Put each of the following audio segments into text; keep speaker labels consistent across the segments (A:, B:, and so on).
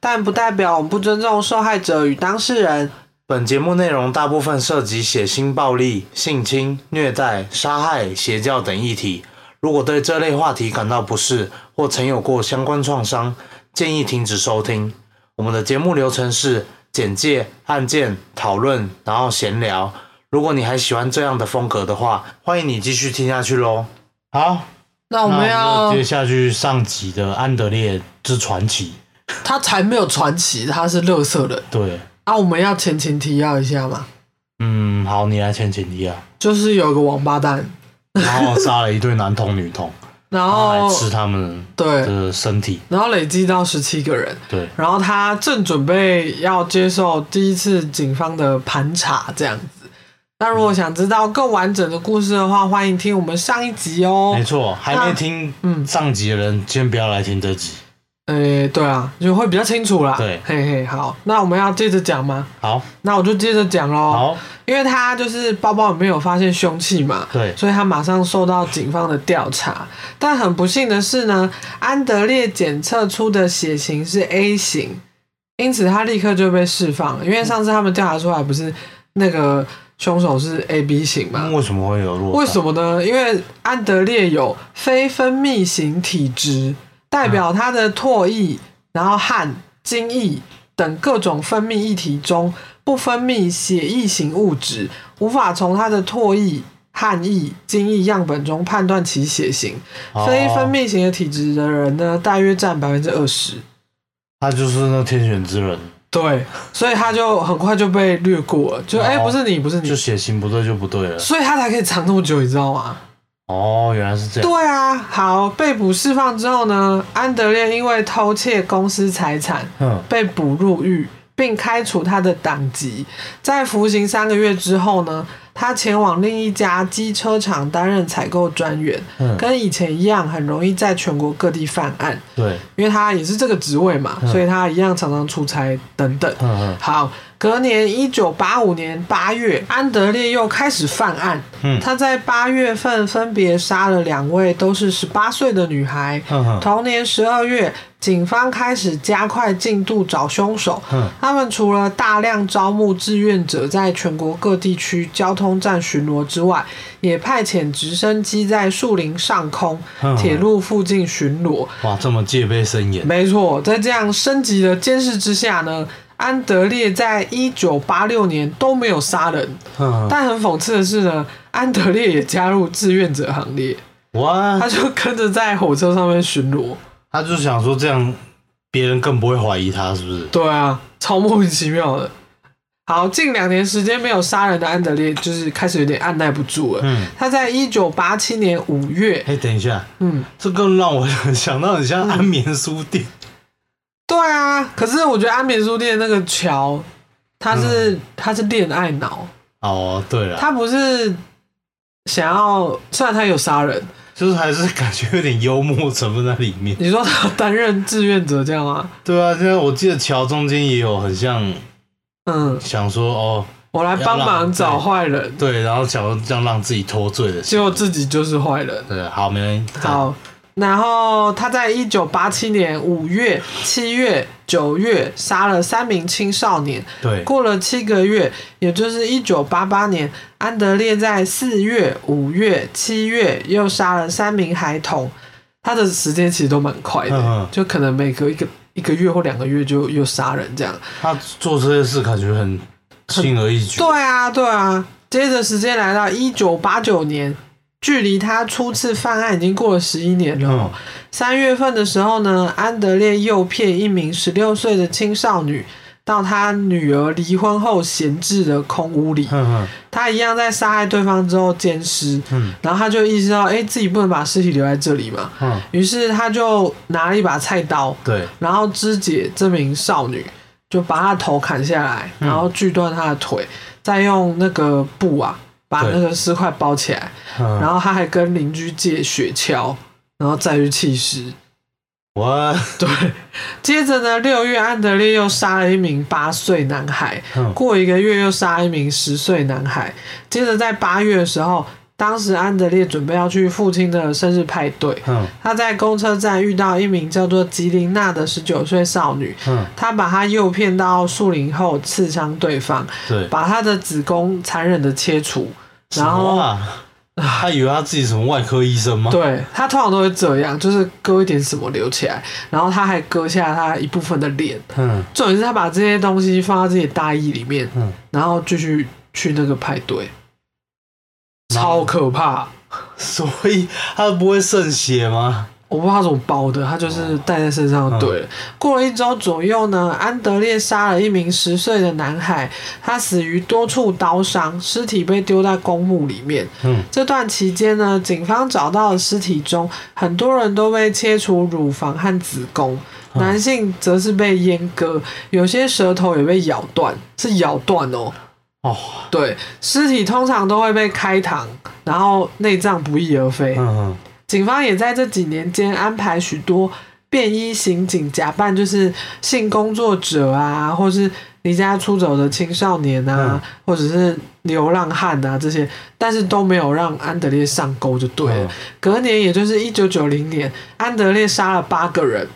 A: 但不代表我们不尊重受害者与当事人。
B: 本节目内容大部分涉及血腥、暴力、性侵、虐待、杀害、邪教等议题。如果对这类话题感到不适，或曾有过相关创伤，建议停止收听。我们的节目流程是简介、案件、讨论，然后闲聊。如果你还喜欢这样的风格的话，欢迎你继续听下去喽。好，
A: 那我
B: 那
A: 们
B: 我
A: 要
B: 们就接下去上集的《安德烈之传奇》。
A: 他才没有传奇，他是乐色人。
B: 对，
A: 啊，我们要前情提要一下嘛，
B: 嗯，好，你来前情提 要。
A: 就是有个王八蛋，
B: 然后杀了一对男童女童，
A: 然
B: 然后
A: 后
B: 来吃他们
A: 哦对，
B: 的身体。
A: 然后累积到十七个人，
B: 对，
A: 然后他正准备要接受第一次警方的盘查，这样子。那如果想知道更完整的故事的话，欢迎听我们上一集哦
B: 没。错，还没听
A: 嗯
B: 上集的人，先不要来听这集。
A: 诶，对啊，就会比较清楚啦。
B: 对
A: 嘿嘿，好，那我们要接着讲吗？
B: 好，
A: 那我就接着讲喽。
B: 好，啊
A: 因为他就是包包里面有发现凶器嘛，
B: 对
A: 所以他马上受到警方的调查。但很不幸的是呢，安德烈检测出的血型是 A 型，因此他立刻就被释放了。因为上次他们调查出来不是那个凶手是 A B 型嘛？
B: 为什么会有落？
A: 为什？么呢？因为安德烈有非分泌型体质，代表他的唾液、然后汗、精液等各种分泌液体中不分泌血液型物质，无法从他的唾液、汗液、精液样本中判断其血型。
B: 哦
A: 非分泌型的体质的人呢，大约占百分之二十。
B: 他就是那天选之人，
A: 对，所以他就很快就被略过了，就
B: 哦
A: 哎、不是你，不是你
B: 就，血型不对就不对了。
A: 所以他才可以藏那么久，你知道吗？
B: 哦，原来是这样。
A: 对啊，好，被捕释放之后呢，安德烈因为偷窃公司财产
B: 嗯，
A: 被捕入狱，并开除他的党籍。在服刑三个月之后呢，他前往另一家机车厂担任采购专员，
B: 嗯
A: 跟以前一样，很容易在全国各地犯案，
B: 对，
A: 因为他也是这个职位嘛，所以他一样常常出差等等。
B: 嗯
A: 好，隔年一九八五年八月，安德烈又开始犯案。
B: 嗯
A: 他在八月份分别杀了两位都是十八岁的女孩。
B: 嗯嗯
A: 同年十二月，警方开始加快进度找凶手。
B: 嗯
A: 他们除了大量招募志愿者在全国各地区交通站巡逻之外，也派遣直升机在树林上空
B: 嗯、
A: 铁路附近巡逻。
B: 哇，这么戒备森严。
A: 没错，在这样升级的监视之下呢，安德烈在一九八六年都没有杀人。
B: 嗯，
A: 但很讽刺的是呢，安德烈也加入志愿者行列，
B: 哇
A: 他，就跟着在火车上面巡逻。
B: 他就想说这样，别人更不会怀疑他，是不是？
A: 对啊，超莫名其妙的。好，近两年时间没有杀人的安德烈，就是开始有点按耐不住了。
B: 嗯
A: 他在一九八七年五月，
B: 哎，等一下，
A: 嗯，
B: 这更让我想到很像安眠书店。
A: 对啊，可是我觉得安眠书店那个乔，他是、
B: 嗯
A: 他是恋爱脑，
B: 哦，对了，
A: 他不是想要，虽然他有杀人，
B: 就是还是感觉有点幽默成分在里面。
A: 你说他担任志愿者这样吗？
B: 对啊，现在我记得桥中间也有很像
A: 嗯，
B: 想说哦，
A: 我来帮忙找坏人，
B: 对，然后想要这样让自己脱罪的
A: 结
B: 行为。
A: 果自己就是坏人。
B: 对，好，没问题。
A: 好，然后他在一九八七年五月、七月、九月杀了三名青少年。
B: 对，
A: 过了七个月，也就是一九八八年，安德烈在四月、五月、七月又杀了三名孩童。他的时间其实都蛮快的，
B: 嗯嗯
A: 就可能每隔一个一个月或两个月就又杀人这样。
B: 他做这些事感觉很轻而易举。
A: 对啊，对啊。接着时间来到一九八九年，距离他初次犯案已经过了十一年了哦。
B: 嗯
A: 三、月份的时候呢，安德烈诱骗一名十六岁的青少女到他女儿离婚后闲置的空屋里，
B: 嗯
A: 他一样在杀害对方之后奸尸，
B: 嗯
A: 然后他就意识到，哎、自己不能把尸体留在这里嘛，
B: 嗯，
A: 于是他就拿了一把菜刀，
B: 对，
A: 然后肢解这名少女。就把他的头砍下来，然后
B: 嗯
A: 锯断他的腿，再用那个布啊把
B: 对
A: 那个尸块包起来，
B: 嗯，
A: 然后他还跟邻居借雪橇，然后再去弃尸。
B: 我
A: 对，接着呢，六月安德烈又杀了一名八岁男孩，
B: 嗯
A: 过一个月又杀一名十岁男孩。接着在八月的时候，当时安德烈准备要去父亲的生日派对，
B: 嗯
A: 他在公车站遇到一名叫做吉琳娜的十九岁少女，
B: 嗯，
A: 他把她诱骗到树林后刺伤对方，
B: 对，
A: 把她的子宫残忍的切除，
B: 什
A: 然后
B: 么啊他以为他自己什么外科医生吗？
A: 对他通常都会这样，就是割一点什么留起来，然后他还割下他一部分的脸。
B: 嗯
A: 重点是他把这些东西放到自己的大衣里面，
B: 嗯，
A: 然后继续去那个派对，超可怕。
B: 所以他不会渗血吗？
A: 我不知道他怎么包的，他
B: 哦
A: 就是带在身上就对
B: 嗯
A: 了。过了一周左右呢，安德烈杀了一名十岁的男孩，他死于多处刀伤，尸体被丢在公墓里面。
B: 嗯
A: 这段期间呢，警方找到的尸体中，很多人都被切除乳房和子宫，
B: 嗯
A: 男性则是被阉割，有些舌头也被咬断，是咬断哦。
B: 哦，
A: 对，尸体通常都会被开膛，然后内脏不翼而飞。
B: 嗯
A: 警方也在这几年间安排许多便衣刑警假扮就是性工作者啊，或是离家出走的青少年啊，或者是流浪汉啊这些，但是都没有让安德烈上钩就对了。
B: 嗯
A: 隔年，也就是一九九零年，安德烈杀了八个人。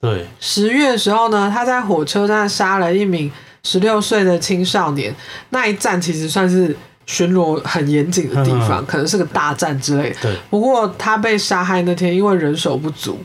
B: 对，
A: 十月的时候呢，他在火车站杀了一名十六岁的青少年。那一站其实算是巡逻很严谨的地方，
B: 嗯
A: 可能是个大战之类的。
B: 对，
A: 不过他被杀害那天，因为人手不足，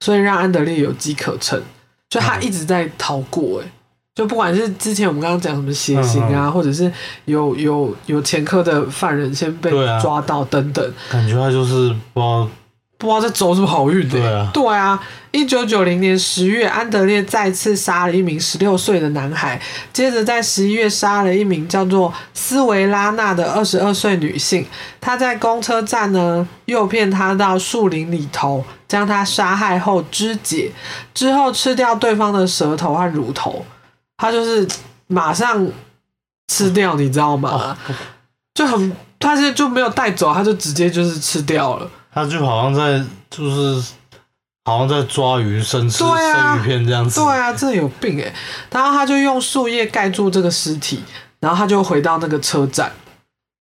A: 所以让安德烈有机可乘，就
B: 嗯
A: 他一直在逃过、欸。就不管是之前我们刚刚讲什么血型
B: 嗯
A: 啊，或者是有有有前科的犯人先被
B: 对啊
A: 抓到等等，
B: 感觉他就是不知道，
A: 不知道在走什么好运的、
B: 对啊
A: 对啊，一九九零年十月，安德烈再次杀了一名十六岁的男孩，接着在十一月杀了一名叫做斯维拉娜的二十二岁女性。他在公车站呢，诱骗她到树林里头，将她杀害后肢解，之后吃掉对方的舌头和乳头。他就是马上吃掉，你知道吗？
B: 哦
A: 就很，他是就没有带走，他就直接就是吃掉了。
B: 他就好像在就是好像在抓鱼生吃、
A: 对啊
B: 生鱼片这样子。
A: 对啊，这有病哎、然后他就用树叶盖住这个尸体，然后他就回到那个车站，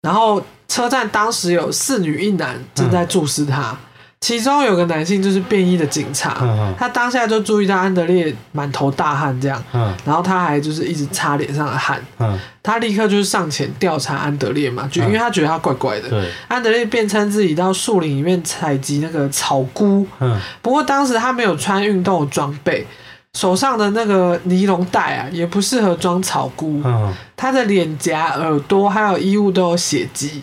A: 然后车站当时有四女一男正在注视他，其中有个男性就是便衣的警察，
B: 嗯
A: 他当下就注意到安德烈满头大汗这样，
B: 嗯
A: 然后他还就是一直擦脸上的汗，
B: 嗯，
A: 他立刻就是上前调查安德烈嘛，就因为他觉得他怪怪的。
B: 对，
A: 安德烈辩称自己到树林里面采集那个草菇，
B: 嗯
A: 不过当时他没有穿运动的装备，手上的那个尼龙带啊，也不适合装草菇。
B: 嗯，
A: 他的脸颊、耳朵还有衣物都有血迹。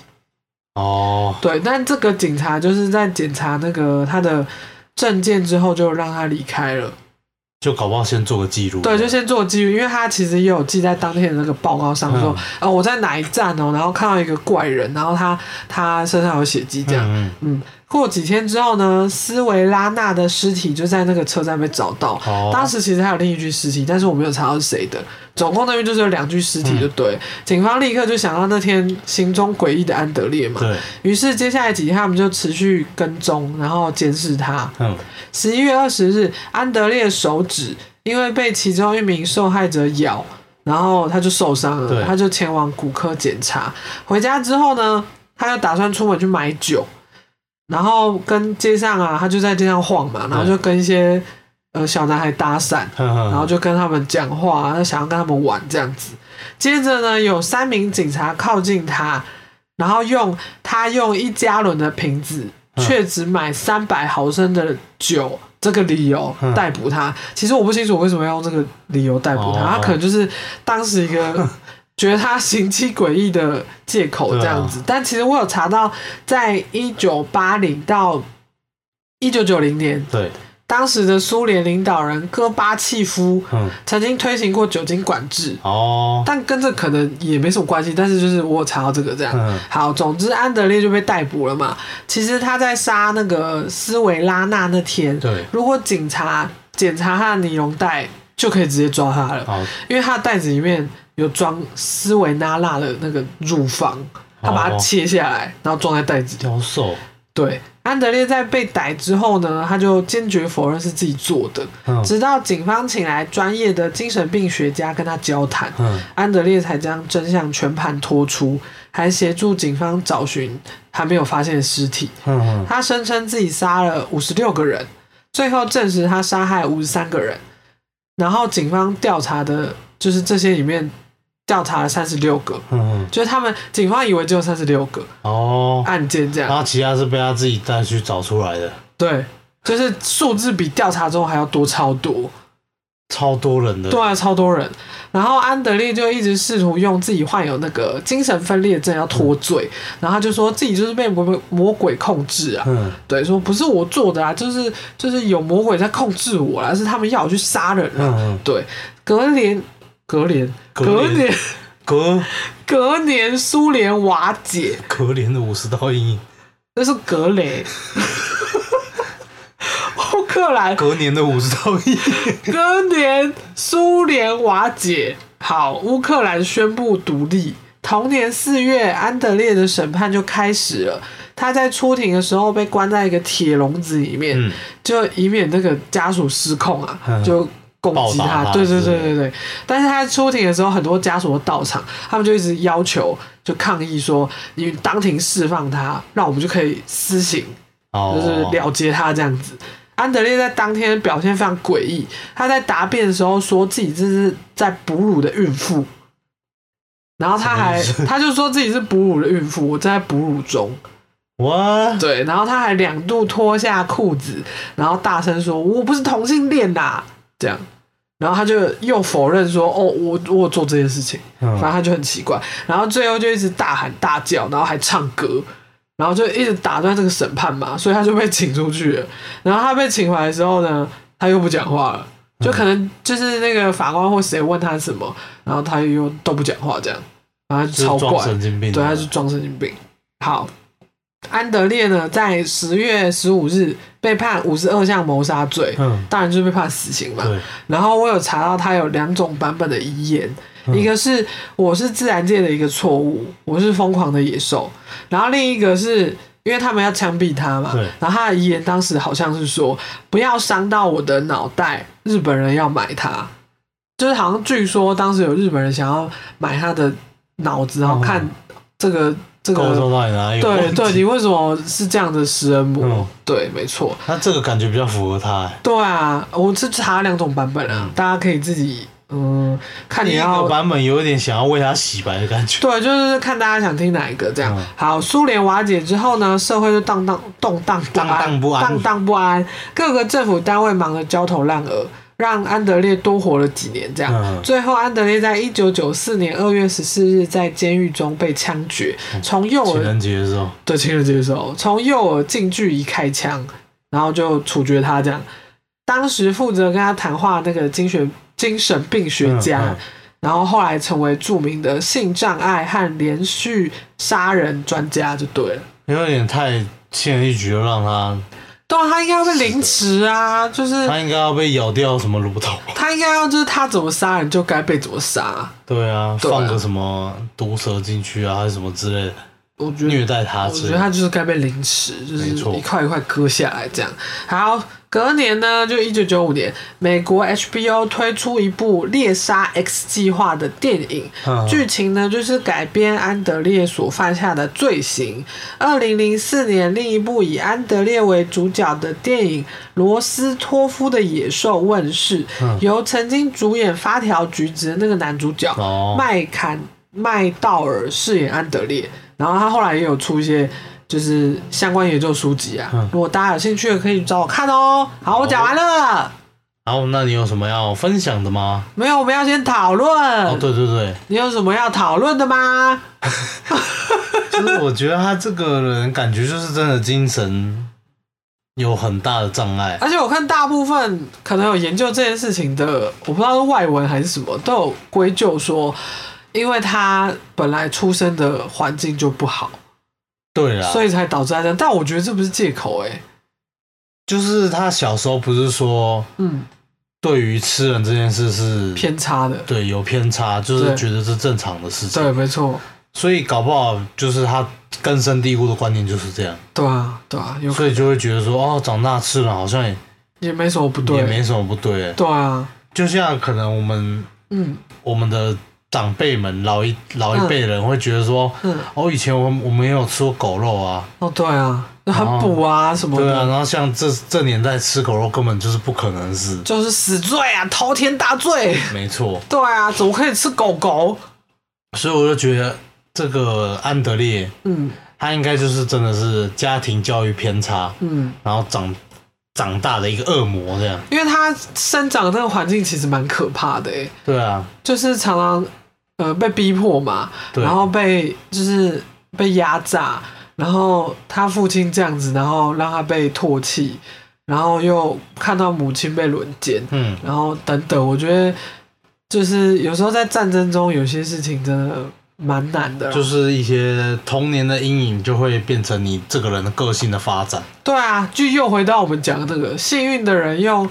B: 哦，
A: 对，但这个警察就是在检查那个他的证件之后，就让他离开了。
B: 就搞不好先做个记录。
A: 对，就先做记录，因为他其实也有记在当天的那个报告上说，
B: 嗯
A: 啊，我在哪一站哦，然后看到一个怪人，然后他他身上有血迹这样。
B: 嗯
A: 嗯，过几天之后呢，斯维拉娜的尸体就在那个车站被找到。
B: 哦
A: 当时其实还有另一具尸体，但是我没有查到是谁的。总共那边就是有两具尸体，就对。警方立刻就想到那天行踪诡异的安德烈嘛，
B: 对，
A: 于是接下来几天他们就持续跟踪，然后监视他。
B: 嗯
A: 十一月二十日，安德烈手指因为被其中一名受害者咬，然后他就受伤
B: 对
A: 了，他就前往骨科检查。回家之后呢，他就打算出门去买酒，然后跟街上啊，他就在街上晃嘛，然后就跟一些呃小男孩搭讪，
B: 嗯，
A: 然后就跟他们讲话，他想要跟他们玩这样子。接着呢，有三名警察靠近他，然后用他用一加仑的瓶子，
B: 嗯
A: 却只买三百毫升的酒。这个理由
B: 嗯
A: 逮捕他，其实我不清楚为什么要用这个理由逮捕他，
B: 哦
A: 他可能就是当时一 个觉得他行迹诡异的借口这样
B: 啊
A: 子。但其实我有查到，在一九八零到一九九零年，
B: 对，
A: 当时的苏联领导人戈巴契夫
B: 嗯，
A: 曾经推行过酒精管制，
B: 哦，
A: 但跟这可能也没什么关系。但是就是我有查到这个这样，
B: 嗯
A: 好，总之安德烈就被逮捕了嘛。其实他在杀那个斯维拉娜那天，
B: 对，
A: 如果警察检查他的尼龙带就可以直接抓他了，
B: 哦
A: 因为他的袋子里面有装斯维那辣的那个乳房，他把它
B: 哦
A: 切下来，然后装在袋子里。
B: 雕兽，
A: 对，安德烈在被逮之后呢，他就坚决否认是自己做的，
B: 嗯
A: 直到警方请来专业的精神病学家跟他交谈，
B: 嗯，
A: 安德烈才将真相全盘托出，还协助警方找寻还没有发现的尸体。
B: 嗯嗯
A: 他声称自己杀了五十六个人，最后证实他杀害五十三个人。然后警方调查的就是这些里面调查了三十六个，
B: 嗯，
A: 就是他们警方以为只有三十六个
B: 哦，
A: 案件这样
B: 然。后其他是被他自己带去找出来的，
A: 对，就是数字比调查中还要多超多，
B: 超多人的，
A: 对啊，超多人。然后安德烈就一直试图用自己患有那个精神分裂症要脱罪，然后他就说自己就是被魔魔鬼控制啊，
B: 嗯，
A: 对，说不是我做的啊，就是就是有魔鬼在控制我啊啦，是他们要我去杀人啊，
B: 嗯嗯，
A: 对，隔年隔年
B: 隔
A: 隔
B: 年
A: 年
B: 隔
A: 隔年苏联瓦解，
B: 隔年的五十道阴影，
A: 那是格雷。 乌克兰
B: 隔年的五十道阴影，
A: 隔年，苏联瓦解，好，乌克兰宣布独立。同年四月，安德烈的审判就开始了。他在出庭的时候被关在一个铁笼子里面，
B: 嗯
A: 就以免那个家属失控啊，
B: 嗯
A: 就攻击
B: 暴打
A: 他。
B: 他
A: 对对
B: 之类
A: 对
B: 的
A: 对对。但是他在出庭的时候，很多家属都到场，他们就一直要求，就抗议说：“你当庭释放他，让我们就可以私刑。”就是
B: 哦，
A: 了结他这样子。安德烈在当天表现非常诡异，他在答辩的时候说自己这是在哺乳的孕妇，然后他还
B: 什么意思
A: 他就说自己是哺乳的孕妇，我正在哺乳中。
B: 哇，
A: 对，然后他还两度脱下裤子，然后大声说：“我不是同性恋呐、这样，然后他就又否认说：“哦，我我有做这件事情。”
B: 嗯
A: 反正他就很奇怪，然后最后就一直大喊大叫，然后还唱歌，然后就一直打断这个审判嘛，所以他就被请出去了。然后他被请回来之后呢，他又不讲话了，就可能就是那个法官或谁问他什么，然后他又都不讲话这样，然后他
B: 就
A: 就是超
B: 装
A: 怪，
B: 神经病的，
A: 对，他是装神经病。好，安德烈呢，在十月十五日被判五十二项谋杀罪，
B: 嗯，
A: 当然就是被判死刑嘛。
B: 对，
A: 然后我有查到他有两种版本的遗言，
B: 嗯
A: 一个是我是自然界的一个错误，我是疯狂的野兽，然后另一个是。因为他们要枪毙他嘛
B: 对，
A: 然后他的遗言当时好像是说不要伤到我的脑袋，日本人要买它，就是好像据说当时有日本人想要买他的脑子，然后看
B: 哦
A: 这个、这
B: 沟
A: 个，
B: 通到底哪里有
A: 对
B: 问题
A: 对，你为什么是这样的食人魔？
B: 嗯
A: 对，没错，
B: 他这个感觉比较符合他，哎
A: 对啊，我是查两种版本
B: 嗯，
A: 啊大家可以自己嗯看
B: 第
A: 你
B: 一
A: 要
B: 个版本有一点想要为他洗白的感觉，
A: 对，就是看大家想听哪一个这样
B: 嗯。
A: 好，苏联瓦解之后呢，社会就动荡动荡
B: 荡荡不安
A: 荡荡不安，各个政府单位忙得焦头烂额。让安德烈多活了几啊年，这样。
B: 嗯
A: 最后，安德烈在一九九四年二月十四日在监狱中被枪决，
B: 嗯
A: 从右
B: 情
A: 耳
B: 人节的时候，
A: 对情人节的时候，从右耳近距离开枪，然后就处决他这样。当时负责跟他谈话那个精神精神病学家，
B: 嗯嗯
A: 然后后来成为著名的性障碍和连续杀人专家就对了。
B: 有点太轻而易举，就让他
A: 对啊，他应该要被凌迟啊，就是
B: 他应该要被咬掉什么乳头。
A: 他应该要就是他怎么杀人就该被怎么杀。
B: 对啊，
A: 对啊
B: 放个什么毒蛇进去啊，还是什么之类的，
A: 我觉得
B: 虐待他
A: 我
B: 之
A: 觉
B: 类
A: 得
B: 的。
A: 他就是该被凌迟，就是
B: 没错
A: 一块一块割下来这样。好，隔年呢，就一九九五年，美国 HBO 推出一部《猎杀 X 计划》的电影，
B: 嗯
A: 剧情呢就是改编安德烈所犯下的罪行。二零零四年，另一部以安德烈为主角的电影《罗斯托夫的野兽》问世，
B: 嗯
A: 由曾经主演《发条橘子》的那个男主角、
B: 哦，
A: 麦坎麦道尔饰演安德烈，然后他后来也有出一些就是相关研究书籍啊。
B: 嗯
A: 如果大家有兴趣，可以找我看哦。好，我讲完了，
B: 然后那你有什么要分享的吗？
A: 没有，我们要先讨论。
B: 哦，对对 对，
A: 你有什么要讨论的吗？
B: 就是我觉得他这个人感觉就是真的精神有很大的障碍。
A: 而且我看大部分可能有研究这件事情的，我不知道是外文还是什么，都有归咎说，因为他本来出生的环境就不好，
B: 对啦，
A: 所以才导致他这样。但我觉得这不是借口、欸，哎，
B: 就是他小时候不是说
A: 嗯，
B: 对于吃人这件事是
A: 偏差的。
B: 对有偏差，就是
A: 对
B: 觉得是正常的事情，
A: 对，没错，
B: 所以搞不好就是他根深蒂固的观念就是这样，
A: 对啊，对啊，有
B: 所以就会觉得说哦，长大吃了好像也
A: 也没什么不
B: 也
A: 对，
B: 没什么不对，
A: 对啊，
B: 就像可能我们
A: 嗯
B: 我们的长辈们老一老一
A: 嗯
B: 辈人会觉得说，
A: 嗯，
B: 哦，以前我们我们也有吃过狗肉啊，
A: 哦对啊，那很
B: 哦
A: 补啊什么
B: 对
A: 的，
B: 啊，然后像这这年代吃狗肉根本就是不可能的事，
A: 就是死罪啊，滔天大罪。
B: 没错，
A: 对啊，怎么可以吃狗狗？
B: 所以我就觉得这个安德烈
A: 嗯
B: 他应该就是真的是家庭教育偏差，
A: 嗯，
B: 然后长长大的一个恶魔这样，
A: 因为他生长的那个环境其实蛮可怕的、欸，
B: 对啊，
A: 就是常常呃被逼迫嘛，
B: 对
A: 然后被就是被压榨，然后他父亲这样子，然后让他被唾弃，然后又看到母亲被轮奸，
B: 嗯，
A: 然后等等，我觉得就是有时候在战争中有些事情真的蛮难的啦，
B: 就是一些童年的阴影就会变成你这个人的个性的发展，
A: 对啊，就又回到我们讲的那个幸运的人用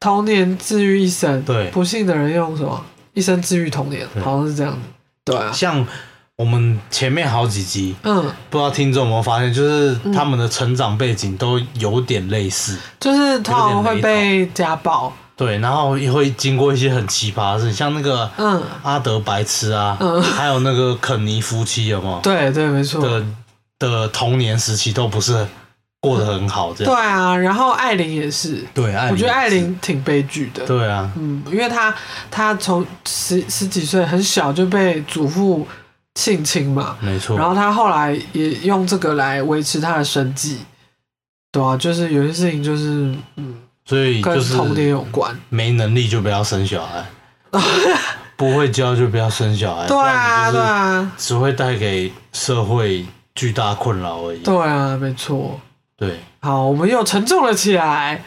A: 童年治愈一生，
B: 对
A: 不幸的人用什么一生治愈童年
B: 对，
A: 好像是这样子。对啊，
B: 像我们前面好几集
A: 嗯，
B: 不知道听众有没有发现，就是他们的成长背景都有点类似，
A: 就是通常会被家暴，
B: 对，然后也会经过一些很奇葩的事，像那个
A: 嗯，
B: 阿德白痴啊，
A: 嗯
B: 还有那个肯尼夫妻有没有
A: 对对，没错，
B: 的的童年时期都不是过得很好，这
A: 对
B: 样
A: 啊。然后艾琳也是，
B: 对，艾琳
A: 啊我觉得艾
B: 也是
A: 琳挺悲剧的，
B: 对啊，
A: 嗯，因为她她从十十几岁很小就被祖父性侵嘛，
B: 没错，
A: 然后他后来也用这个来维持他的生计，对啊，就是有些事情就是嗯，
B: 所以
A: 跟
B: 就是啊
A: 童年有关，
B: 没能力就不要生小 孩，不会教就不要生小孩，
A: 对啊，
B: 不然你就
A: 对
B: 是
A: 啊，
B: 只会带给社会巨大困扰而已，
A: 对啊，没错。
B: 对。
A: 好，我们又沉重了起来，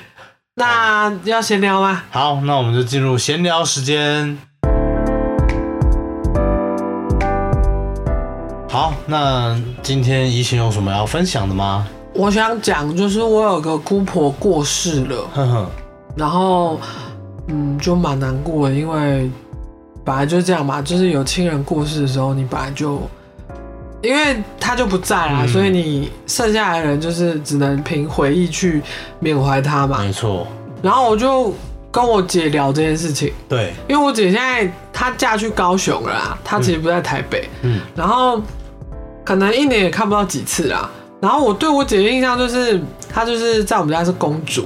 A: 那要闲聊吗？
B: 好，那我们就进入闲聊时间。好，那今天怡情有什么要分享的吗？
A: 我想讲就是我有个姑婆过世了，
B: 哼哼，
A: 然后嗯，就蛮难过的，因为本来就这样嘛，就是有亲人过世的时候，你本来就因为他就不在啦，
B: 嗯
A: 所以你剩下来的人就是只能凭回忆去缅怀他嘛。
B: 没错，
A: 然后我就跟我姐聊这件事情，
B: 对，
A: 因为我姐现在她嫁去高雄了啦，她其实不在台北，
B: 嗯，
A: 然后可能一年也看不到几次啦。然后我对我姐的印象就是，她就是在我们家是公主，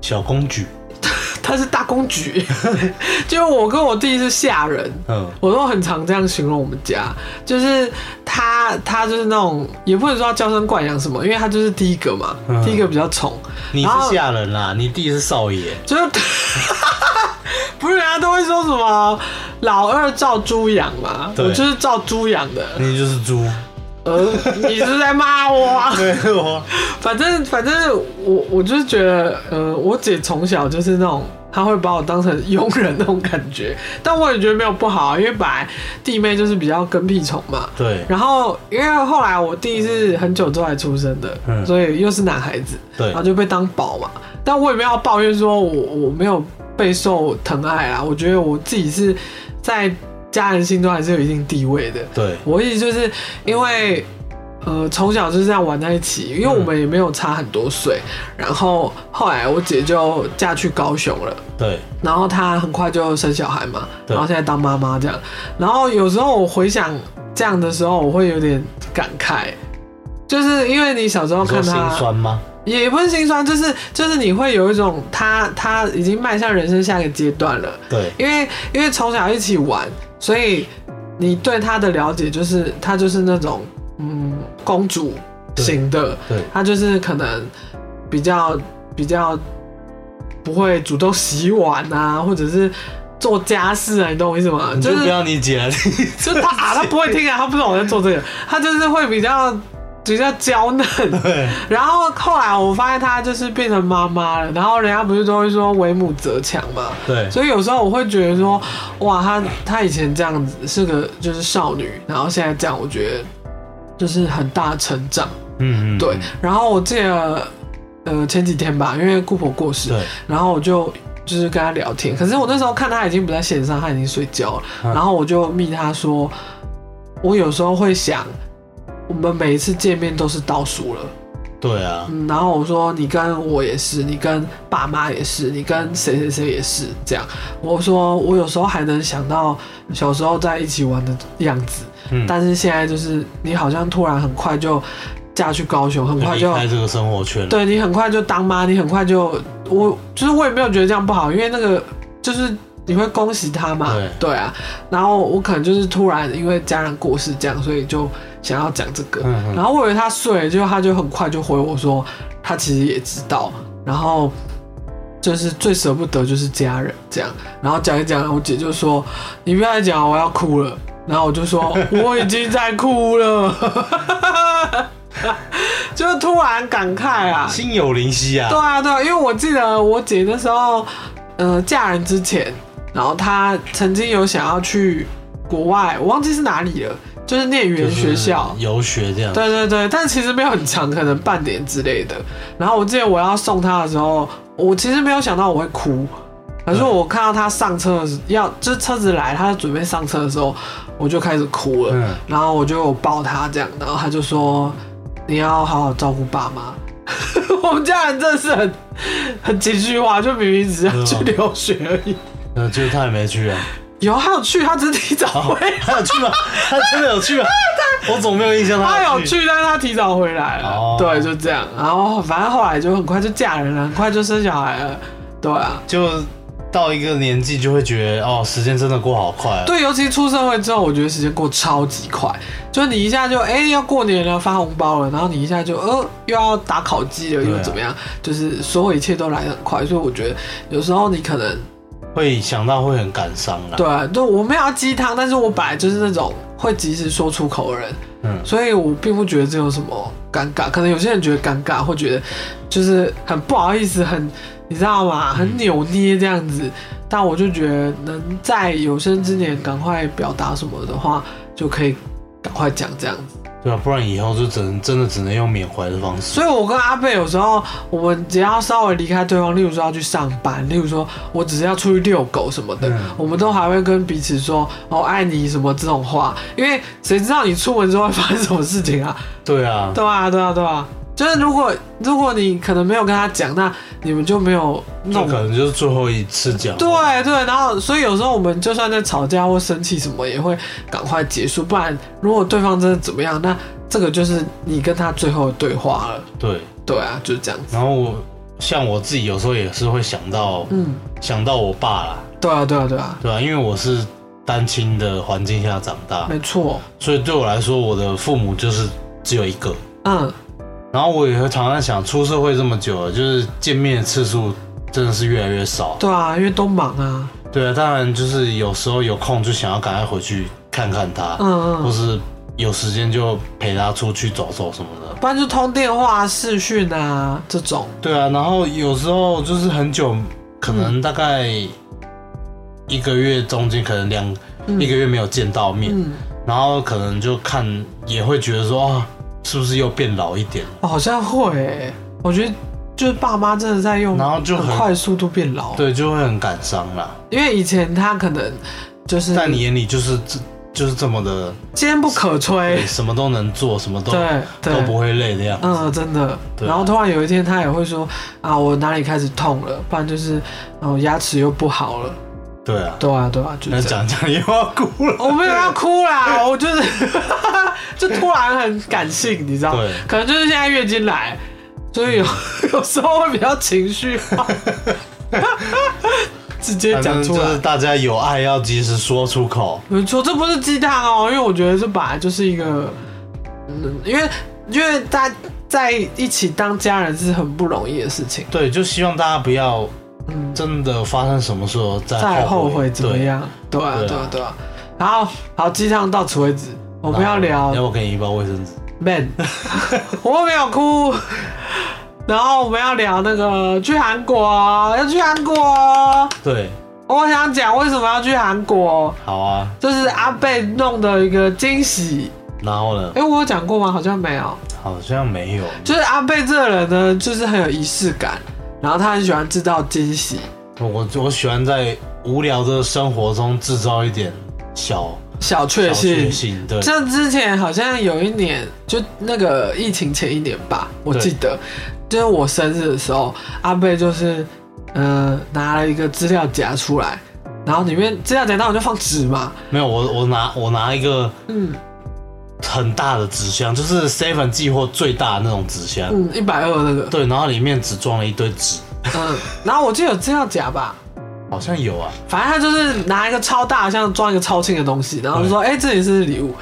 B: 小公举，
A: 她是大公举， 就我跟我弟是下人，
B: 嗯，
A: 我都很常这样形容我们家，就是她她就是那种也不能说她娇生惯养什么，因为她就是第一个嘛，
B: 嗯
A: 第一个比较宠，
B: 你是
A: 然后
B: 下人啦，你弟是少爷，
A: 就是 不是人家都会说什么老二照猪养嘛，
B: 对
A: 我就是照猪养的，
B: 你就是猪，
A: 呃，你是在骂我啊、
B: 对我，
A: 反正反正我我就是觉得，呃，我姐从小就是那种，她会把我当成佣人那种感觉，但我也觉得没有不好啊，因为本来弟妹就是比较跟屁虫嘛。
B: 对
A: 然后因为后来我弟是很久之后才出生的，
B: 嗯
A: 所以又是男孩子，
B: 对
A: 然后就被当宝嘛。但我也没有抱怨说我我没有备受疼爱啊，我觉得我自己是在家人心中还是有一定地位的。
B: 对，
A: 我一直就是因为，呃，从小就是这样玩在一起，因为我们也没有差很多岁。然后后来我姐就嫁去高雄了，
B: 对，
A: 然后她很快就生小孩嘛，
B: 对
A: 然后现在当妈妈这样。然后有时候我回想这样的时候，我会有点感慨，就是因为你小时候
B: 你说
A: 看
B: 心
A: 她，
B: 酸吗？
A: 也不是心酸，就是就是你会有一种她她已经迈向人生下一个阶段了。
B: 对，
A: 因为因为从小一起玩，所以你对她的了解就是她就是那种嗯公主型的，
B: 对
A: 她就是可能比较比较不会主动洗碗啊，或者是做家事啊，你懂我意思吗？
B: 你就是不要你姐 了，你
A: 就是她啊，她不会听啊，她不知道我在做这个，她就是会比较比较娇 嫩。
B: 对，
A: 然后后来我发现她就是变成妈妈了，然后人家不是都会说为母则强嘛，
B: 对，
A: 所以有时候我会觉得说，哇，她她以前这样子是个就是少女，然后现在这样，我觉得就是很大的成长。
B: 嗯嗯，
A: 对，然后我记得呃前几天吧，因为姑婆过世，
B: 对，
A: 然后我就就是跟他聊天。可是我那时候看他已经不在线上，他已经睡觉了，
B: 嗯
A: 然后我就密他说，我有时候会想，我们每一次见面都是倒数了。
B: 对啊，
A: 嗯，然后我说你跟我也是，你跟爸妈也是，你跟谁谁谁也是这样。我说我有时候还能想到小时候在一起玩的样子，
B: 嗯
A: 但是现在就是你好像突然很快就嫁去高雄，很快
B: 就
A: 就
B: 离开这个生活圈了。
A: 对你很快就当妈，你很快就我就是我也没有觉得这样不好，因为那个就是你会恭喜他嘛，
B: 对
A: 啊。然后我可能就是突然因为家人过世这样，所以就想要讲这个。
B: 嗯嗯
A: 然后我以为他睡了，结果他就很快就回我说，他其实也知道，然后就是最舍不得就是家人这样。然后讲一讲，我姐就说：“你不要再讲了，我要哭了。”然后我就说：“我已经在哭了。”就突然感慨啊，
B: 心有灵犀啊
A: 对。啊，对啊，因为我记得我姐那时候，呃，嫁人之前，然后她曾经有想要去国外，我忘记是哪里了，就是念语
B: 就
A: 言
B: 是
A: 学校，
B: 游学这样，
A: 对对对，但其实没有很长，可能半年之类的。然后我记得我要送他的时候，我其实没有想到我会哭，可是
B: 嗯
A: 我看到他上车的时要，就是车子来，他准备上车的时候，我就开始哭了。
B: 嗯
A: 然后我就有抱他这样，然后他就说你要好好照顾爸妈。 我们家人真的是很很情绪化，就明明只是要去
B: 对
A: 留学而已。
B: 那呃就他也没去啊。
A: 有他有去，他只是提早
B: 哦
A: 回来，
B: 他有去吗？他真的有去 吗？我总没有印象
A: 他
B: 他
A: 有。去，但是他提早回来了。
B: 哦
A: 对，就这样。然后反正后来就很快就嫁人了，很快就生小孩了。对啊，
B: 就到一个年纪，就会觉得哦，时间真的过好快啊。
A: 对，尤其出社会之后，我觉得时间过超级快，就你一下就哎、要过年了，发红包了，然后你一下就呃又要打烤鸡了，
B: 对啊
A: 又怎么样？就是所有一切都来得很快，所以我觉得有时候你可能
B: 会想到会很感伤啦。
A: 对啊，就我没有要鸡汤，但是我本来就是那种会及时说出口的人，
B: 嗯
A: 所以我并不觉得这有什么尴尬。可能有些人觉得尴尬，或觉得就是很不好意思，很你知道吗？很扭捏这样子。但我就觉得能在有生之年赶快表达什么的话，就可以赶快讲这样子。
B: 对啊，不然以后就只能真的只能用缅怀的方式。
A: 所以我跟阿贝有时候，我们只要稍微离开对方，例如说要去上班，例如说我只是要出去遛狗什么的，
B: 嗯
A: 我们都还会跟彼此说“哦，爱你”什么这种话，因为谁知道你出门之后会发生什么事情啊？
B: 对啊，
A: 对啊，对啊，对啊。就是如果如果你可能没有跟他讲，那你们就没有
B: 那
A: 弄。
B: 可能就是最后一次讲。
A: 对对，然后所以有时候我们就算在吵架或生气什么，也会赶快结束，不然如果对方真的怎么样，那这个就是你跟他最后的对话了。
B: 对，
A: 对啊，就是这样子。
B: 然后我像我自己有时候也是会想到
A: 嗯，
B: 想到我爸啦，
A: 对啊，对啊，对啊，
B: 对吧、因为我是单亲的环境下长大，
A: 没错。
B: 所以对我来说，我的父母就是只有一个。
A: 嗯，
B: 然后我也会常常想，出社会这么久了，就是见面的次数真的是越来越少。
A: 对啊，因为都忙啊。
B: 对啊，当然就是有时候有空就想要赶快回去看看他，
A: 嗯
B: 或
A: 嗯，
B: 是有时间就陪他出去走走什么的。
A: 不然就通电话、视讯啊这种。
B: 对啊，然后有时候就是很久，可能大概一个月中间可能两、
A: 嗯
B: 一个月没有见到面，
A: 嗯，
B: 然后可能就看也会觉得说啊，是不是又变老一点了？
A: 哦好像会欸。我觉得就是爸妈真的在用，
B: 然后就很
A: 嗯很快速度变老。
B: 对，就会很感伤啦。
A: 因为以前他可能就是
B: 在你眼里就是这就是这么的，
A: 坚不可摧
B: 对，什么都能做，什么都
A: 对
B: 都不
A: 对，
B: 会累的样子。
A: 嗯，真的。
B: 对啊
A: 然后突然有一天，他也会说啊，我哪里开始痛了，不然就是啊，我牙齿又不好了。
B: 对啊，
A: 对啊，对啊，就
B: 那
A: 是这样。
B: 讲讲又要哭了。
A: 我没有要哭啦，我就是 就突然很感性，你知道吗
B: 对？嗯
A: 可能就是现在月经来，所以有 有时候会比较情 绪化，直接
B: 反
A: 讲
B: 正
A: 出
B: 就是
A: 来。
B: 大家有爱要及时说出口。
A: 没错，这不是鸡汤哦，因为我觉得这本来就是一个，嗯，因为因为大家在一起当家人是很不容易的事情，
B: 对，就希望大家不要
A: 嗯，
B: 真的发生什么时候
A: 再
B: 再
A: 后
B: 后
A: 悔怎么
B: 对
A: 样？对啊，
B: 对啊
A: 对啊，对啊。好好，鸡汤到此为止，我们要聊
B: 要不给你一包卫生纸？
A: man，我没有哭。然后我们要聊那个去韩国，啊要去韩国。啊
B: 对，
A: 我想讲为什么要去韩国，
B: 好啊。
A: 这是阿贝弄的一个惊喜。
B: 然后呢？
A: 哎，我有讲过吗？好像没有。
B: 好像没有。
A: 就是阿贝这个人呢，就是很有仪式感，然后他很喜欢制造惊喜，
B: 我我喜欢在无聊的生活中制造一点小
A: 小
B: 小
A: 确
B: 确
A: 幸。
B: 幸，对，
A: 像之前好像有一年，就那个疫情前一年吧，我
B: 对
A: 记得，就是我生日的时候，阿贝就是呃拿了一个资料夹出来，然后里面资料夹当然就放纸嘛，
B: 没有我我拿我拿一个
A: 嗯
B: 很大的纸箱，就是 Seven 寄货最大的那种纸箱，
A: 嗯，一百二那个，
B: 对，然后里面只装了一堆纸，
A: 嗯，然后我记得有资料夹吧，
B: 好像有啊，
A: 反正他就是拿一个超大的箱子装一个超轻的东西，然后就说：“哎、这里是礼物。”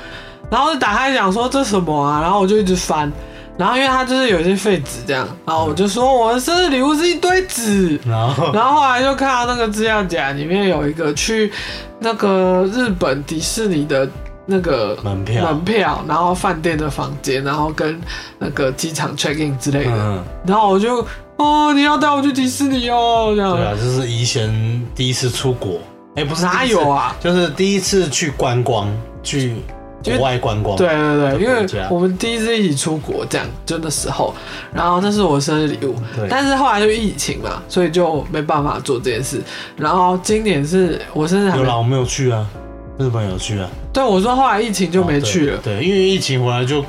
A: 然后就打开讲说：“这什么啊？”然后我就一直翻，然后因为他就是有一些废纸这样，然后我就说：“我的生日礼物是一堆纸。”
B: 然 后
A: 然后后来就看到那个资料夹里面有一个去那个日本迪士尼的那个
B: 门票
A: 门票，然后饭店的房间，然后跟那个机场 check in 之类的。
B: 嗯，
A: 然后我就哦，你要带我去迪士尼哦，这样。
B: 对啊，就是以前第一次出国，哎、不是
A: 哪
B: 第一次
A: 有啊？
B: 就是第一次去观光，去国外观光，
A: 对，啊对对，因
B: 这
A: 为
B: 样
A: 我们第一次一起出国，这样就那时候，然后那是我生日礼物
B: 对，
A: 但是后来就疫情嘛，所以就没办法做这件事。然后今年是我生日还
B: 有啦，
A: 没，
B: 我没有去啊，日本有去啊，
A: 对我说后来疫情就没
B: 哦对
A: 去了，
B: 对，因为疫情回来就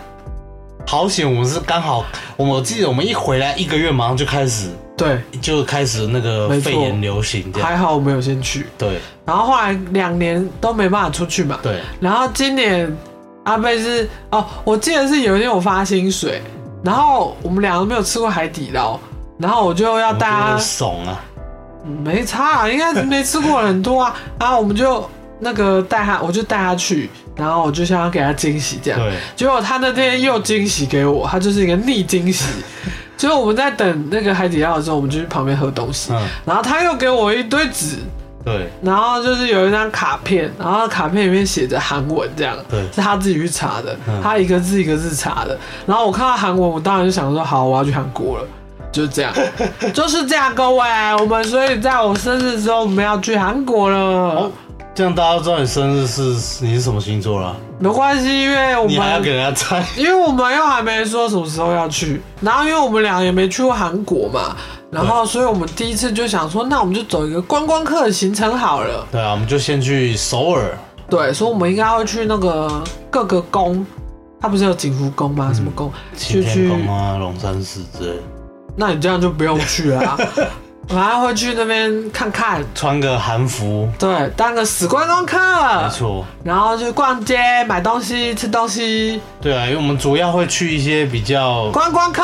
B: 好险，我们是刚好，我们我记得我们一回来一个月，马上就开始
A: 对，
B: 就开始那个
A: 没错
B: 肺炎流行这样，
A: 还好我没有先去。
B: 对
A: 然后后来两年都没办法出去嘛，
B: 对，
A: 然后今年阿贝是哦，我记得是有一天我发薪水，然后我们两个没有吃过海底捞，然后我就要
B: 我
A: 大家
B: 们就是怂啊，
A: 没差、啊，应该是没吃过很多啊。然后我们就那个带他，我就带他去，然后我就想要给他惊喜这样。
B: 对，
A: 结果他那天又惊喜给我，他就是一个逆惊 喜。结果我们在等那个海底捞的时候，我们就去旁边喝东西，
B: 嗯
A: 然后他又给我一堆纸，
B: 对
A: 然后就是有一张卡片，然后卡片里面写着韩文，这样，
B: 对
A: 是他自己去查的，
B: 嗯
A: 他一个字一个字查的。然后我看到韩文，我当然就想说，好，我要去韩国了，就 这样，就是这样，各位，我们所以在我生日之后，我们要去韩国了，
B: 哦。这样大家都知道你生日是你是什么星座了，
A: 没关系，因为我
B: 你还要给
A: 们。
B: 人家猜，
A: 因为我们又还没说什么时候要去，然后因为我们俩也没去过韩国嘛，然后所以我们第一次就想说，那我们就走一个观光客的行程好了。
B: 对啊，我们就先去首尔，
A: 对，所以我们应该会去那个各个宫，它不是有景福宫吗？什么宫？
B: 晴
A: 去
B: 嗯天
A: 去，
B: 宫啊、龙山寺之类的，
A: 那你这样就不用去了、 啊，反正会去那边看看，
B: 穿个韩服，
A: 对，当个死观光客，
B: 没错，
A: 然后去逛街、买东西、吃东西，
B: 对啊，因为我们主要会去一些比较
A: 观光客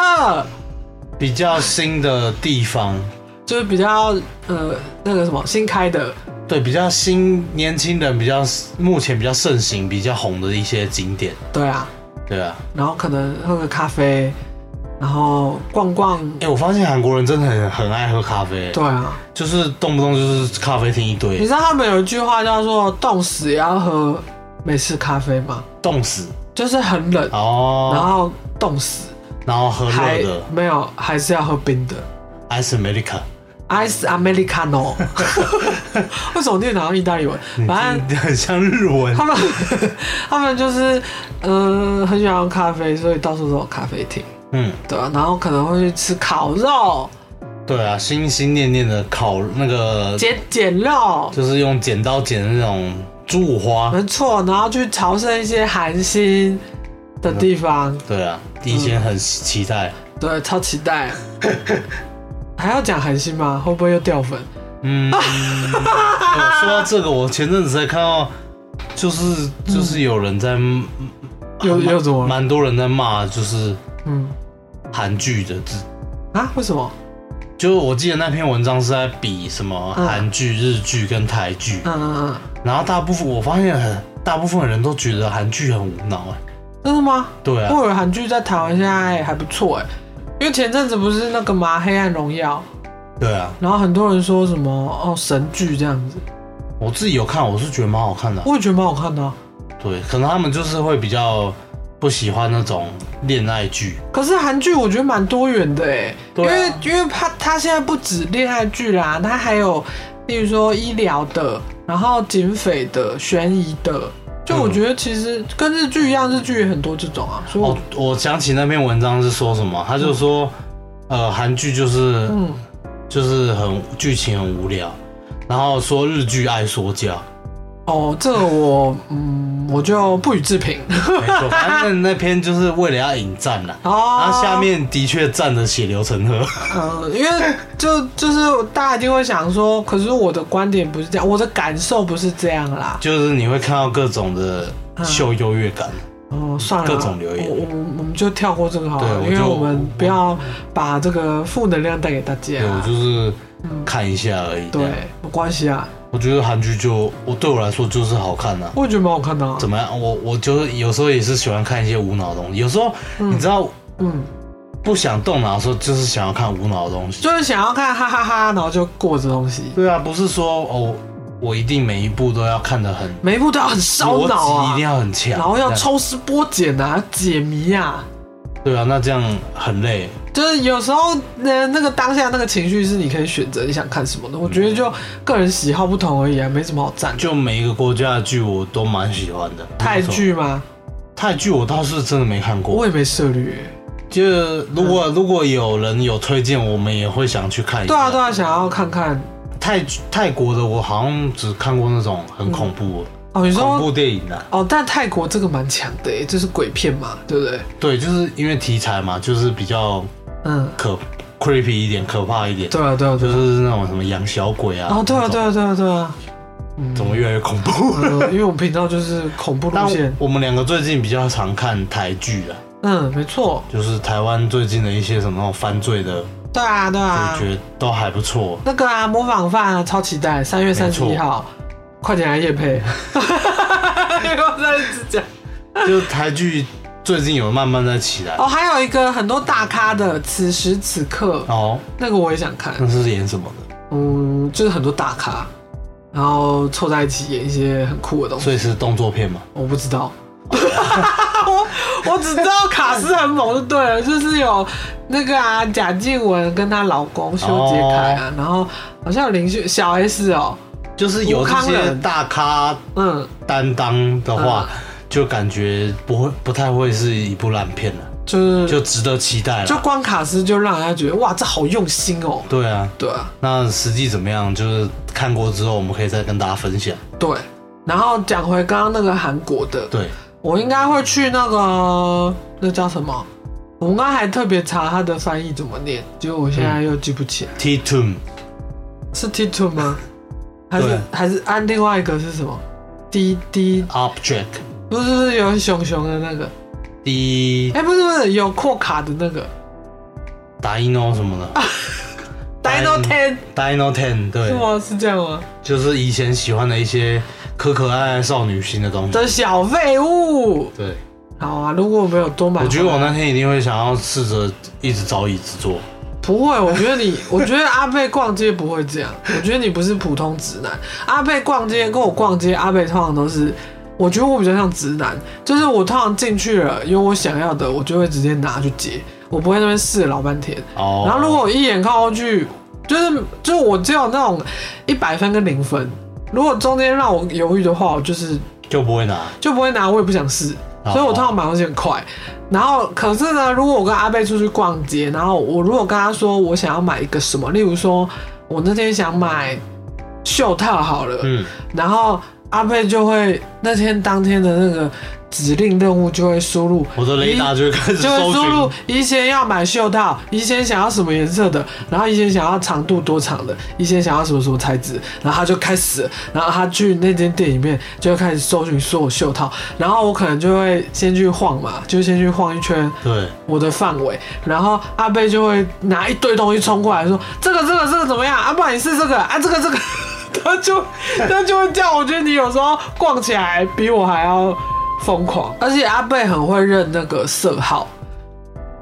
B: 比较新的地方，
A: 就是比较呃那个什么新开的，
B: 对，比较新年轻人比较目前比较盛行、比较红的一些景点，
A: 对啊，
B: 对啊。
A: 然后可能喝个咖啡，然后逛逛，
B: 哎、我发现韩国人真的很很爱喝咖啡，
A: 对啊，
B: 就是动不动就是咖啡厅一
A: 你
B: 堆，
A: 知道他们有一句话叫做“冻死也要喝美式咖啡”吗？
B: 冻死
A: 就是很冷，然
B: 哦，
A: 后冻死，
B: 然后喝
A: 还
B: 热的
A: 没有，还是要喝冰的
B: Ice America，
A: ，ice americano。为什么念好像意大利文？反正
B: 你 很像日文
A: 他，们 他们就是嗯、呃很喜欢喝咖啡，所以到处都有咖啡厅，
B: 嗯，
A: 对吧、然后可能会去吃烤肉、
B: 对啊，心心念念的烤那个，
A: 捡捡肉，
B: 就是用剪刀剪的那种猪五花，
A: 没错，然后去朝圣一些寒心的地方，
B: 对啊，以前很期待，
A: 对，超期 待。还要讲寒心吗？会不会又掉粉？
B: 嗯，说到这个，我前阵子才看到，就是就是有人在，
A: 又又怎么了？
B: 蛮多人在骂，就是
A: 嗯
B: 韩剧的，只
A: 啊？为什么？
B: 就我记得那篇文章是在比什么
A: 嗯
B: 韩剧、日剧跟台剧，
A: 嗯嗯嗯。
B: 然后大部分我发现很大部分人都觉得韩剧很无脑，哎，
A: 真的吗？
B: 对啊，
A: 我以为韩剧在台湾现在还不错哎、因为前阵子不是那个嘛《黑暗荣耀》，
B: 对啊，
A: 然后很多人说什么哦神剧这样子，
B: 我自己有看，我是觉得蛮好看的啊，
A: 我也觉得蛮好看的啊、
B: 对，可能他们就是会比较不喜欢那种恋爱剧，
A: 可是韩剧我觉得蛮多元的哎、因
B: 对啊
A: 为因为它它现在不止恋爱剧啦，它还有例如说医疗的，然后警匪的、悬疑的。就我觉得其实跟日剧一样，日剧也很多这种啊，所以我
B: 哦，我想起那篇文章是说什么，他就说，呃，韩剧就是
A: 嗯
B: 就是很剧情很无聊，然后说日剧爱说 教，
A: 哦，这个我嗯，我就不予 置评。
B: 没错，哎反正那篇就是为了要引战啦。
A: 哦，
B: 然后下面的确站着血流成河，
A: 嗯，因为就就是大家一定会想说，可是我的观点不是这样，我的感受不是这样啦。
B: 就是你会看到各种的
A: 嗯
B: 秀优越感。
A: 哦、算了，
B: 各种留言
A: 我我我们就跳过这个好了，
B: 对我
A: 因为
B: 就
A: 我们不要把这个负能量带给大家
B: 对我
A: 啊。
B: 就是看一下而已。
A: 对，没关系啊，
B: 我觉得韩剧就我对我来说就是好看呐、
A: 我也觉得蛮好看的、啊。
B: 怎么样？我我就是有时候也是喜欢看一些无脑的东西，有时候
A: 嗯
B: 你知道
A: 嗯，
B: 不想动脑的时候，就是想要看无脑的东西。
A: 就是想要看哈哈哈然后就过这东西，
B: 对啊，不是说哦，我一定每一步都要看得很
A: 每一部都要很烧
B: 逻
A: 脑
B: 辑，一
A: 啊
B: 定，要很强，
A: 然后要
B: 这样。
A: 抽丝剥茧啊，解谜啊。
B: 对啊，那这样很累。
A: 就是有时候，那那个当下那个情绪是你可以选择你想看什么的。我觉得就个人喜好不同而已啊，嗯没什么好赞。
B: 就每一个国家的剧我都蛮喜欢的。
A: 泰
B: 没错，
A: 剧吗？
B: 泰剧我倒是真的没看过。
A: 我也没涉猎。
B: 就是如果如果有人有推荐，我们也会想去看一下。
A: 对啊，对啊，想要看看。
B: 泰泰国的我好像只看过那种很恐怖、
A: 哦，
B: 恐
A: 你说
B: 怖电影啊的、
A: 哦，但泰国这个蛮强的耶，就是鬼片嘛，对不对？
B: 对，就是因为题材嘛，就是比较
A: 嗯，
B: 可 creepy 一点，可怕一点，
A: 对啊，对啊，
B: 就
A: 对啊。
B: 是那种什么养小鬼啊。
A: 哦，对啊，对
B: 那种，
A: 啊，对啊，对 啊。嗯
B: 怎么越来越 恐怖？
A: 呃因为我们频道就是恐怖
B: 但
A: 路 线。
B: 我们两个最近比较常看台剧啊，
A: 嗯，没错。
B: 就是台湾最近的一些什么那种犯罪的，
A: 对啊，对啊
B: 就。觉得都还不错。
A: 那个啊，模仿犯啊，超期待，三月三十一号，快点来夜配。 又在一直讲。
B: 就台剧最近有慢慢在起来
A: 哦，还有一个很多大咖的，此时此刻，
B: 哦，
A: 那个我也想看。
B: 那是演什么的？
A: 嗯，就是很多大咖，然后凑在一起演一些很酷的东西。
B: 所以是动作片嘛？
A: 我不 知道，我我只知道卡斯很猛就对了，就是有那个啊贾静雯跟她老公修杰楷
B: 哦
A: 啊，然后好像有林俊小 S 哦，
B: 就是有这些大咖
A: 嗯，
B: 担当的话，就感觉不会不太会是一部烂片了，
A: 就是
B: 就值得期待
A: 就
B: 了。
A: 光卡斯就让人家觉得哇，这好用心哦，
B: 对啊，
A: 对啊，
B: 那实际怎么样？就是看过之后，我们可以再跟大家分享。
A: 对。然后讲回刚刚那个韩国的，
B: 对，
A: 我应该会去那个那叫什么？我们刚刚还特别查它的翻译怎么念，结果我现在又记不起来，
B: T Two
A: 是 t i t u 吗？还是
B: 嗯对
A: 还是按另外一个是什么？D D
B: Object
A: 不是不是有熊熊的那个？
B: D
A: 哎、不是不是有扩卡的那个
B: Dino 什么的
A: Dino Ten
B: ，Dino Ten 对
A: 是，吗？是这样吗？
B: 就是以前喜欢的一些可可爱爱少女心的东西。
A: 的小废物。
B: 对。
A: 好啊，如果我没有多买，
B: 我觉得我那天一定会想要试着一直找椅子坐，
A: 不会，我觉得你， 我觉得阿贝逛街不会这样。我觉得你不是普通直男。阿贝逛街跟我逛街，阿贝通常都是，我觉得我比较像直男，就是我通常进去了，有我想要的，我就会直接拿去结，我不会在那边试了老半天。
B: 哦，
A: 然后如果我一眼看过去，就是就是我只有那种一百分跟零分，如果中间让我犹豫的话，我就是
B: 就不会拿，
A: 就不会拿，我也不想试，
B: 哦
A: 所以我通常买东西很快。然后，可是呢，如果我跟阿贝出去逛街，然后我如果跟他说我想要买一个什么，例如说我那天想买袖套好了，
B: 嗯，
A: 然后阿贝就会那天当天的那个指令任务就会输入
B: 我的雷达就会开始
A: 就会
B: 搜
A: 输入
B: 寻，
A: 宜先要买袖套，宜先想要什么颜色的，然后宜先想要长度多长的，宜先想要什么什么材质，然后他就开始了，然后他去那间店里面就会开始搜寻所有袖套，然后我可能就会先去晃嘛，就先去晃一圈
B: 对，
A: 我的范围，然后阿贝就会拿一堆东西冲过来说这个这个这个怎么样啊？不然你试这个啊，这个这个， 他就他就会这样。我觉得你有时候逛起来比我还要疯狂，而且阿贝很会认那个色号，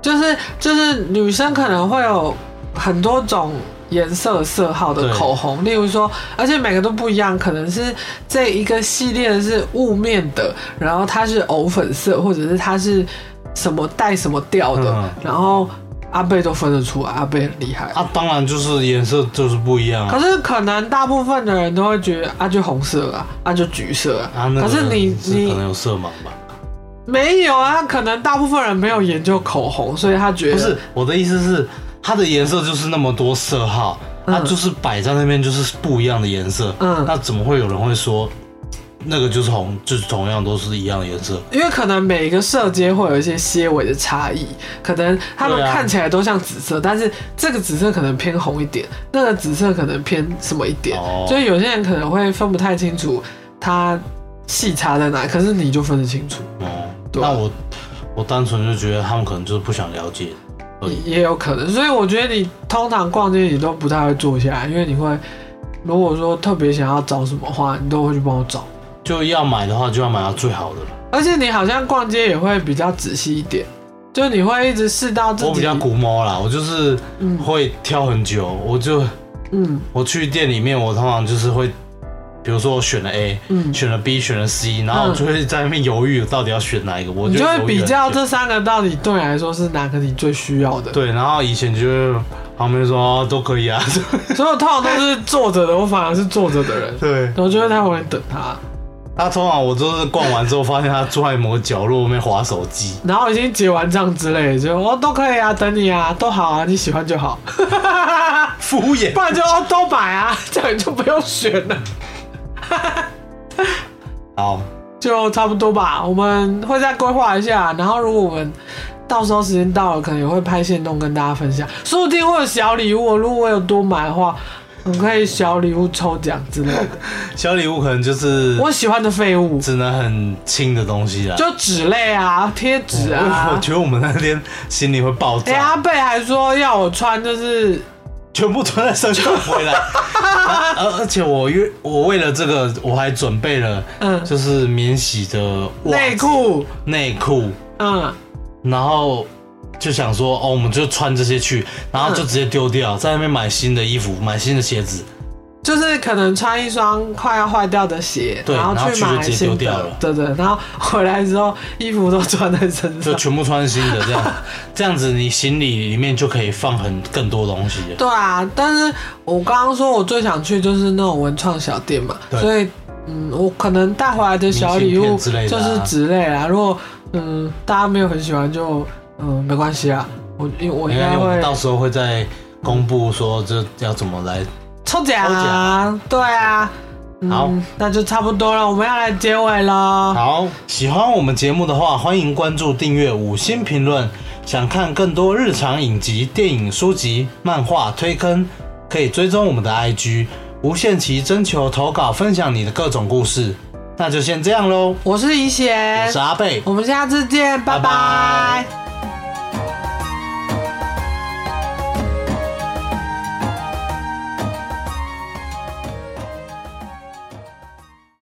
A: 就是就是女生可能会有很多种。颜色色号的
B: 对
A: 口红，例如说，而且每个都不一样，可能是这一个系列是雾面的，然后它是藕粉色，或者是它是什么带什么调的，
B: 嗯
A: 然后阿贝都分得出来，阿贝很厉害。
B: 啊，当然就是颜色就是不一样
A: 可
B: 啊，
A: 是可能大部分的人都会觉得啊，就红色啊，啊就橘色啊。
B: 啊，那
A: 可
B: 个
A: 是你
B: 是可能
A: 你
B: 有色盲吧？
A: 没有啊，可能大部分人没有研究口红，所以他觉得
B: 不是，我的意思是，它的颜色就是那么多色号它就是摆在那边就是不一样的颜色，
A: 嗯
B: 那怎么会有人会说那个就是红，就是同样都是一样的颜色？
A: 因为可能每一个色阶会有一些些微的差异，可能他们
B: 对啊
A: 看起来都像紫色，但是这个紫色可能偏红一点，那个紫色可能偏什么一点，
B: 哦
A: 所以有些人可能会分不太清楚它细差在哪，可是你就分得清楚，
B: 哦，
A: 对啊
B: 那我我单纯就觉得他们可能就是不想了解，对
A: 也有可能。所以我觉得你通常逛街你都不太会坐下啊来，因为你会如果说特别想要找什么话，你都会去帮我找。
B: 就要买的话就要买到最好的。
A: 而且你好像逛街也会比较仔细一点，就你会一直试到自己。
B: 我比较古猫啦，我就是
A: 嗯
B: 会挑很久，我就
A: 嗯
B: 我去店里面，我通常就是会，比如说我选了 A，
A: 嗯，
B: 选了 B，选了 C，然后我就会在那边犹豫到底要选哪一个，我
A: 你就
B: 会
A: 会比较
B: 这
A: 这三个到底对你来说是哪个你最需要的。
B: 对，然后以前就是旁边说、哦都可以啊，
A: 所以我通常都是坐着的，我反而是坐着 的人，
B: 对。
A: 然后就会在旁边等他，
B: 他通常我都是逛完之后发现他坐在某个角落那边划手机，
A: 然后已经结完账之类的，就哦都可以啊，等你啊，都好啊，你喜欢就好，
B: 敷衍
A: 不。然就哦都买啊， 这样你就不用选了，
B: 好，
A: 就差不多吧。我们会再规划一下，然后如果我们。到时候时间到了，可能也会拍线动跟大家分享，说不定会有小礼物。如果我有多买的话，我们可以小礼物抽奖之类 的。
B: 小礼物可能就是
A: 我喜欢的废物，
B: 只能很轻的东西啦。
A: 就纸类啊，贴纸
B: 我哎我
A: 啊。
B: 觉得我们那天心里会爆
A: 哎、
B: 炸，
A: 阿贝还说要我穿，就是
B: 全部吞在身上回 来。啊而、而且我约我为了这个，我还准备了
A: 嗯
B: 就是免洗的袜子
A: 内裤，
B: 内裤，
A: 嗯，
B: 然后就想说哦，我们就穿这些去，然后就
A: 嗯
B: 直接丢掉，在那边买新的衣服，买新的鞋子。
A: 就是可能穿一双快要坏掉的鞋，
B: 对
A: 后
B: 然后
A: 去
B: 去就
A: 买
B: 直接
A: 新
B: 丢掉
A: 的
B: 了，
A: 对对，然后回来之后衣服都穿在身
B: 就
A: 上。
B: 全部穿新的，这 样这样子，你行李里面就可以放很更多东西了。
A: 对啊，但是我刚刚说我最想去就是那种文创小店嘛，
B: 对
A: 所以嗯，我可能带回来的小礼
B: 明
A: 物
B: 信片之类
A: 就
B: 的啊
A: 是纸类啊。如果嗯大家没有很喜欢就，嗯没关系啊，我因为我应
B: 没关
A: 该
B: 系，我
A: 会
B: 们到时候会再公布说这要怎么来。
A: 抽奖
B: 抽
A: 啊，对啊。嗯
B: 好，
A: 那就差不多了，我们要来结尾了。
B: 好，喜欢我们节目的话，欢迎关注、订阅、五星评论。想看更多日常影集、电影、书籍、漫画推坑，可以追踪我们的 IG 无限期征求投稿，分享你的各种故事。那就先这样喽，
A: 我是怡贤
B: 我是，阿贝，
A: 我们下次见，拜
B: 拜
A: 拜
B: 拜